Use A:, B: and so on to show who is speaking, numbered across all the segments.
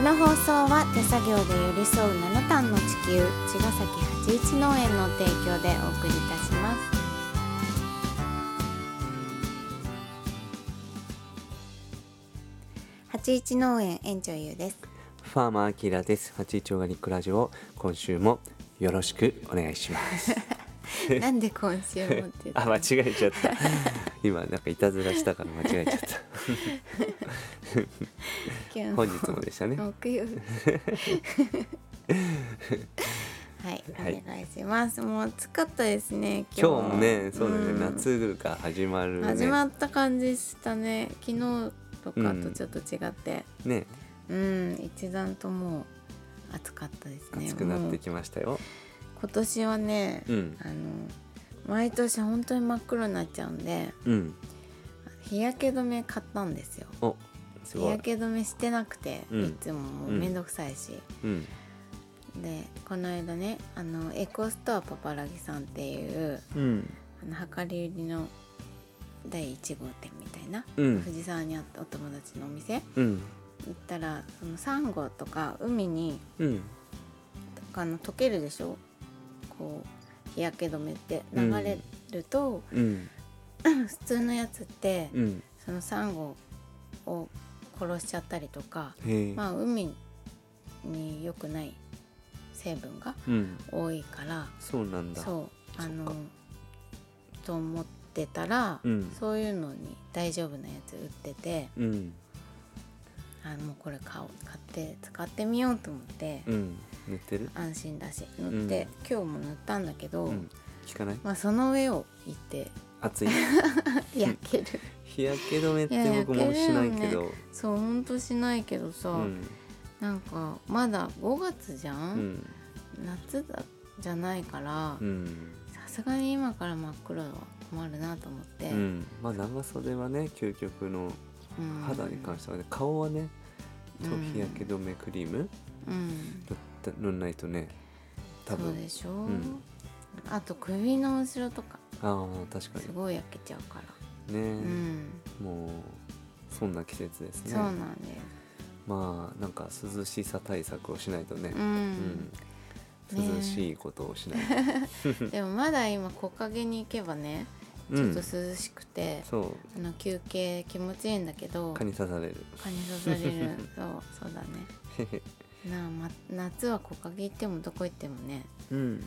A: の放送は手作業で寄り添う七段の地球茅ヶ崎八一農園の提供でお送りいたします八一農園園長ゆう です
B: ファーマーアキラです八一オーガニックラジオ今週もよろしくお願いします
A: なんで今週もって言っ
B: あ
A: た
B: 間違えちゃった今なんかいたずらしたから間違えちゃった
A: 今日
B: 本日もでしたね
A: 木曜 日はい、
B: はい
A: お願いしますもう暑かったですね今
B: 今日もねそうだね、
A: ん
B: 夏が始まるね
A: 始まった感じしたね昨日とかとちょっと違って
B: ね
A: うん、一段ともう暑かったですね
B: 暑くなって
A: も
B: きましたよ、
A: う今年はね、
B: うん
A: あの毎年本当に真っ黒になっちゃうんで
B: うん
A: 日焼け止め買ったんですよ
B: おす
A: 日
B: ごい
A: 焼け止めしてなくて、
B: うん
A: いつももうめんどくさいし、
B: うん
A: でこの間ねあのエコストアパパラギさんっていう
B: うん
A: あの量り売りの第1号店みたいな、
B: うん
A: 藤沢にあったお友達のお店行
B: うん
A: ったらそのサンゴとか海に
B: うん
A: あの溶けるでしょこう日焼け止めって流れると、
B: うん
A: 普通のやつって、
B: うん
A: そのサンゴを殺しちゃったりとか、
B: へえ、
A: まあ、海に良くない成分が
B: うん
A: 多いから。
B: そうなんだ
A: そうあの
B: そっか
A: と思ってたら、
B: うん
A: そういうのに大丈夫なやつ売ってて
B: うん
A: あもうこれ買おう買って使ってみようと思って、
B: うん寝てる
A: 安心だし塗って、今日も塗ったんだけど、
B: うん聞かない
A: まあその上を行って
B: 暑い
A: 焼け る
B: 日焼け止めっ
A: い
B: て
A: や
B: 僕もしないけど
A: そうほんとしないけどさ、
B: うん
A: なんかまだ5月じゃ、
B: うんん
A: 夏だじゃないから
B: うん
A: さすがに今から真っ黒は困るなと思って、
B: うんまあ長袖はね究極の
A: うん
B: 肌に関してはね顔はねと
A: うん
B: 日焼け止めクリーム
A: うん
B: 塗った塗んないとね多
A: そう
B: 分
A: でしょ、
B: ん
A: あと首の後ろとか
B: ああ確か
A: すごい焼けちゃうから、
B: に
A: うん、
B: ねもうそんな季節ですね
A: そうなんです、
B: まあなんか涼しさ対策をしないとね
A: う
B: うん
A: ね
B: ん涼しいことをしない
A: でもまだ今木陰に行けばね
B: う
A: ちょっ
B: ん
A: と涼しくて、
B: そ
A: あの休憩気持ちいいんだけど
B: う蚊に刺される
A: 蚊に刺され るそうそうだねなあ、ま、夏は木陰行ってもどこ行ってもね
B: うん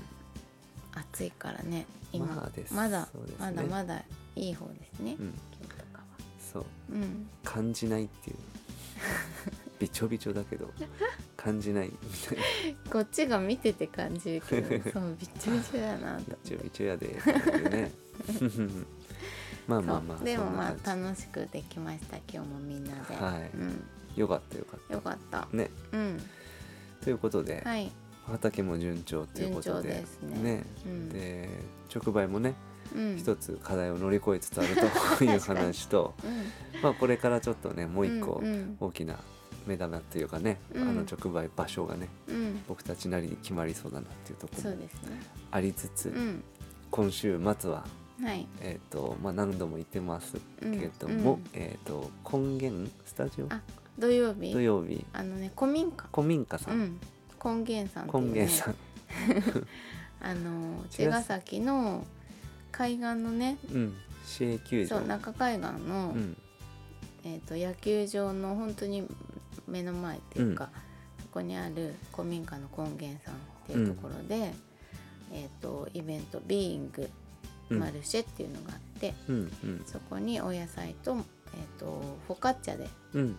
A: 暑いからね今
B: まだです
A: まだ
B: そうですね
A: まだまだいい方ですね、
B: うん
A: 今日とかは
B: そう
A: うん
B: 感じないっていうびちょびちょだけど感じないみたいな
A: こっちが見てて感じるけ どそうびっちょびちょだなと
B: びちょびちょやでっていうねまあまあま
A: そ
B: あ
A: うでもま
B: そん
A: あ
B: な感
A: 楽しくできました今日もみんなで、
B: はい
A: うん、
B: じよかったよかっ
A: よかった
B: たね
A: うん
B: ということで、
A: はい
B: 畑も順調というこ
A: 順調
B: とで
A: ですねうん
B: で直売もね
A: うん
B: 一つ課題を乗り越えつつあるという話と、
A: うん
B: まあ、これからちょっとねもう一個
A: うんうん
B: 大きな目玉というかね、
A: うん
B: あの直売場所がね
A: うん
B: 僕たちなりに決まりそうだなっていうとこ
A: そ
B: ろ
A: う
B: も
A: ですね
B: ありつつ、
A: うん
B: 今週末は
A: はい
B: えーとまあ、何度も言ってますけれど
A: う
B: も
A: んうん、
B: えー、と根源スタジオ
A: あ土曜日
B: 土曜日
A: あのね古民家
B: 古民家さ、
A: うんん根源さんっていう
B: 根
A: ね
B: 源さん、
A: あの茅
B: 茅ヶ
A: ヶ崎の海岸のね
B: うん、市営球場
A: そう中海岸の、
B: うん
A: えー、と野球場の本当に目の前っていうか、そこにある古民家の根源さんっていうところで、えー、とイベント「ビーイング
B: うん
A: マルシェ」っていうのがあって、
B: うんうん
A: そこにお野菜と,、えー、とフォカッチャで
B: うん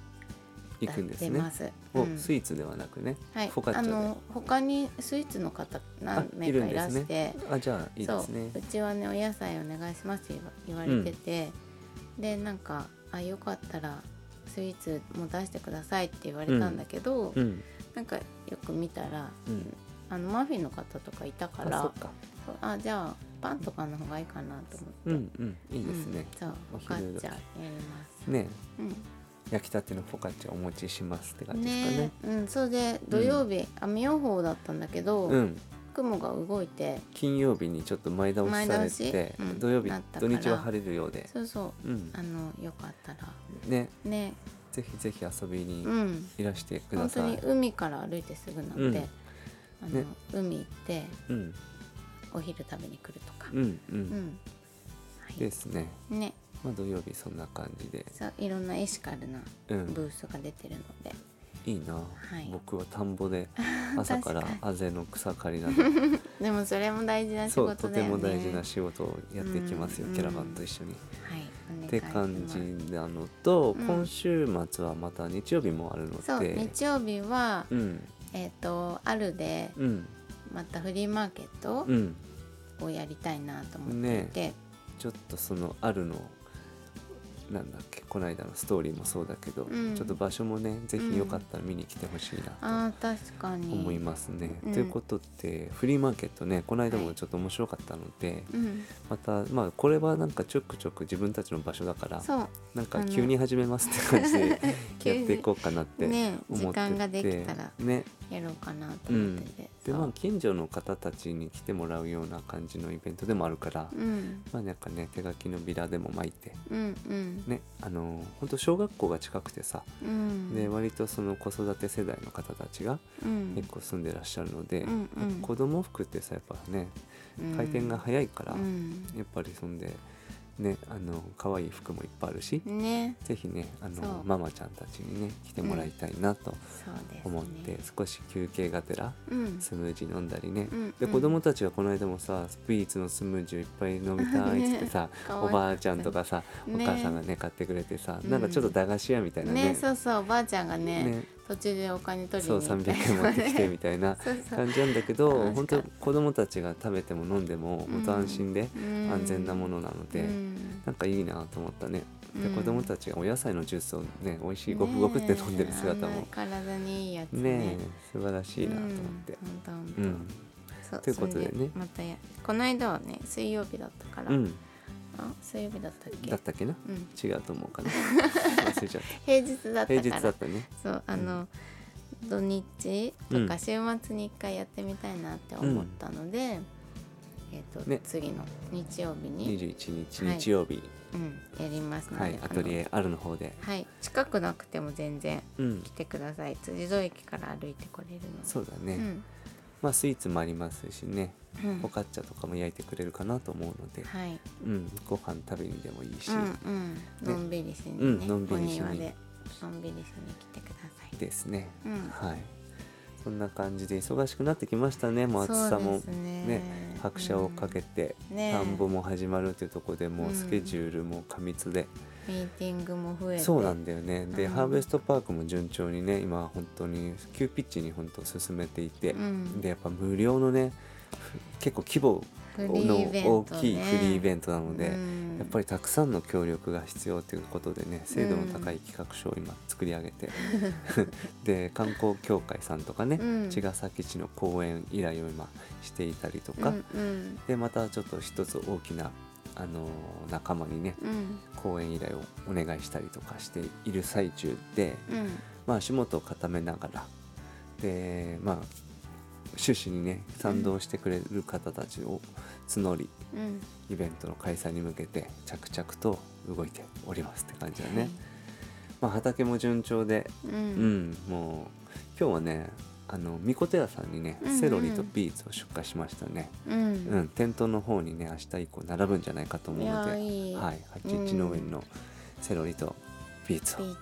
B: 行くんで
A: 出
B: す
A: ま
B: ね
A: す。
B: お、
A: うん
B: スイーツではなくね、
A: はい
B: フォカッ、チ
A: あ
B: ャで
A: の他にスイーツの方何名かいらして、
B: あじゃあいいですね
A: そううちはねお野菜お願いしますって言わ言われてて、でなんかあよかったらスイーツも出してくださいって言われたんだけど、
B: うん
A: なんかよく見たら
B: うん
A: あのマフィンの方とかいたか
B: あそ
A: ら
B: っか
A: そうあじゃあパンとかの方がいいかなと思って、
B: うんうんいいですね、
A: うん、そう
B: お
A: フォカ
B: 昼
A: ッ
B: 時
A: チャやります、
B: ね
A: うん
B: 焼きたてのフォカッチャお持ちしますって感じですかね
A: ねうん、それで土曜日、雨予報だったんだけど、
B: うん
A: 雲が動いて
B: 金曜日にちょっと前倒しさ
A: 前
B: れ、
A: 倒してうん
B: 土曜日
A: なったか
B: 土
A: ら
B: 日は晴れるようで
A: そうそう
B: うん
A: あのよかったら
B: ね
A: ね
B: ぜひぜひ遊びに
A: うん
B: いらしてくだ
A: 本当
B: さ
A: に
B: い。
A: 海から歩いてすぐなので、あの
B: ね
A: 海行って
B: うん、
A: お昼食べに来るとか、
B: うん、う
A: うん
B: ん、
A: はい
B: ですね。
A: ね
B: まあ土曜日そんな感じで、
A: そういろんなエシカルな
B: うん、
A: ブースが出てるので、
B: いいな。
A: い
B: 僕は田んぼ で朝から
A: 確
B: あぜの草刈 りなど、
A: でもそれも大事な仕
B: そ
A: 事だよね
B: うとても大事な仕事をやっていきますよ、
A: うん
B: キャラバンと一緒に。
A: はいお願いします
B: って感じなのと、
A: うん
B: 今週末はまた日曜日もあるの
A: そう
B: で、
A: 日曜日は、
B: うん、
A: えっ、とあるで
B: うん、
A: またフリーマーケット
B: うん。
A: をやりたいなと思っていて、
B: ちょっとそのあるのなんだっけこの間のストーリーもそうだけど、
A: うん
B: ちょっと場所もねぜひよかったら見に来てほしいな
A: あー確か
B: と
A: に
B: 思いますね。
A: うん
B: ということでフリーマーケットねこの間
A: は
B: も
A: い
B: ちょっと面白かったので、
A: うん、
B: またまあこれはなんかちょくちょく自分たちの場所だから
A: そ
B: なん
A: あ
B: か
A: の
B: 急に始めますって感じで
A: 急に
B: やっていこうかなって
A: う
B: 思ってて、
A: ね時間ができたら
B: ね
A: やろうかなと思ってて、
B: で
A: そう
B: まあ近所の方たちに来てもらうような感じのイベントでもあるから、
A: うん
B: まあなんかね手書きのビラでも巻いて
A: うんうん、
B: ねあの本当小学校が近くてさ、
A: うん
B: で割とその子育て世代の方たちが
A: うん
B: 結構住んでらっしゃるので、
A: うんうん
B: 子供服ってさやっぱね回転が早いから、
A: うん
B: やっぱりそんでねあの可愛い服もいっぱいあるし、
A: ね
B: ぜひねあ
A: そう
B: のママちゃんたちにね来てもらいたいなと
A: そうですね
B: 思って、少し休憩がてら
A: うん
B: スムージー飲んだりね、
A: うん
B: で
A: うん
B: 子供たちがこの間もさスピーツのスムージーをいっぱい飲みたいっつってさ、
A: かわい
B: お
A: かった
B: ばあちゃんとかさ、
A: ね
B: お母さんがね買ってくれてさ、
A: うん
B: なんかちょっと駄菓子屋みたいなね
A: ねそうそうおばあちゃんがね
B: ね
A: 途中でお金取り
B: そう
A: に行ったり
B: 300円持ってきてみたいな
A: そうそう
B: 感じなんだけ
A: 楽し
B: ど
A: か
B: 本
A: った
B: 当子供たちが食べても飲んでも本当安心で、
A: うん
B: 安全なものなので、
A: うん
B: なんかいいなと思ったね。で
A: うん
B: 子供たちがお野菜のジュースをね美味しいごくごくって飲んでる姿
A: ね
B: も
A: えあんな体にいいやつ
B: ね
A: ね
B: え素晴らしいなと思って。
A: うん、ほんと
B: う
A: ほんと
B: ん
A: そう
B: ということでね
A: それまたやこの間はね水曜日だったから、
B: うん、
A: あ水曜日だったっけ
B: だったっけな
A: うん、
B: 違うと思うかな忘れちゃっ
A: 平日だった
B: た
A: から
B: 平日だったね
A: そうあの、土日とか週末に一回やってみたいなって思ったので、えっ、と、
B: ね
A: 次の日曜日に、
B: 21日
A: はい
B: 日曜日
A: うん、やりますので、
B: はい、
A: あの
B: アトリエあるの方で
A: はい近くなくても全然
B: うん
A: 来てください辻堂駅から歩いてこれるので
B: そうだね、
A: うん
B: まあスイーツもありますしね
A: うん
B: フォカッチャとかも焼いてくれるかなと思うので、
A: はい、
B: うん、ご飯食べにでもいいし、
A: うんうん、のんびりしにね、
B: うんのんびりしに
A: お庭でのんびりしに来てください
B: ですね、
A: うん
B: はいそんな感じで忙しくなってきましたねもう暑さ
A: そう
B: も
A: ですね
B: 拍車をかけて、
A: うんねえ
B: 田んぼも始まるというところでもううんスケジュールも過密で、
A: ミーティングも増えて
B: そうなんだよねで、
A: うん
B: ハーベストパークも順調にね今本当に急ピッチに本当進めていて、
A: うん
B: でやっぱ無料のねふ結構規模
A: フリーイベン
B: の大
A: トね
B: きいフリーイベントなので、
A: うん
B: やっぱりたくさんの協力が必要ということでね精度の高い企画書を今作り上げて、 で観光協会さんとかね、
A: うん
B: 茅ヶ崎市の公園依頼を今していたりとか、
A: うんうん
B: でまたちょっと一つ大きな、あのー仲間にね
A: うん
B: 講演依頼をお願いしたりとかしている最中で、
A: うん
B: まあ、足元を固めながらでまあ趣旨にね賛同してくれる方たちを募り、
A: うん
B: イベントの開催に向けて着々と動いておりますって感じだね、まあ、畑も順調で
A: うんう
B: うん、
A: ん
B: もう今日はねあのみこて屋さんにね、
A: うんうん
B: セロリとビーツを出荷しましたね、
A: う
B: うん
A: ん
B: 店頭の方にね明日以降並ぶんじゃないかと思うので
A: いやいい
B: はい、八一農園のセロリとビーツ
A: ビ
B: を
A: ー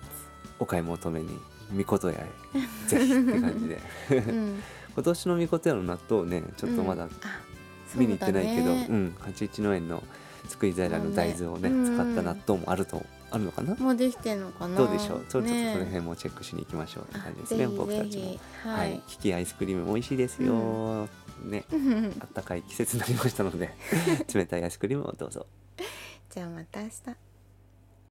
B: お買い求めにみこと屋へ ぜひって感じで
A: ツうん
B: 今年のみこと屋の納豆ねちょっとまだ
A: うんあ
B: 見に行ってないけど、
A: そううだね
B: ん、八一農園の作り在来の大豆をね
A: もうね
B: 使った
A: うん
B: 納豆もあるとあるのかな、
A: もうできてんのかな
B: どうでしょうちょっとそ
A: ね
B: の辺もチェックしに行きましょうって感じです
A: あ
B: ね
A: ぜひ
B: 僕たち
A: ぜ
B: も。
A: ひ
B: は
A: はいい、
B: キキアイスクリーム美味しいですよ、ねあったかい季節になりましたので冷たいアイスクリームをどうぞ。
A: じゃあまた明日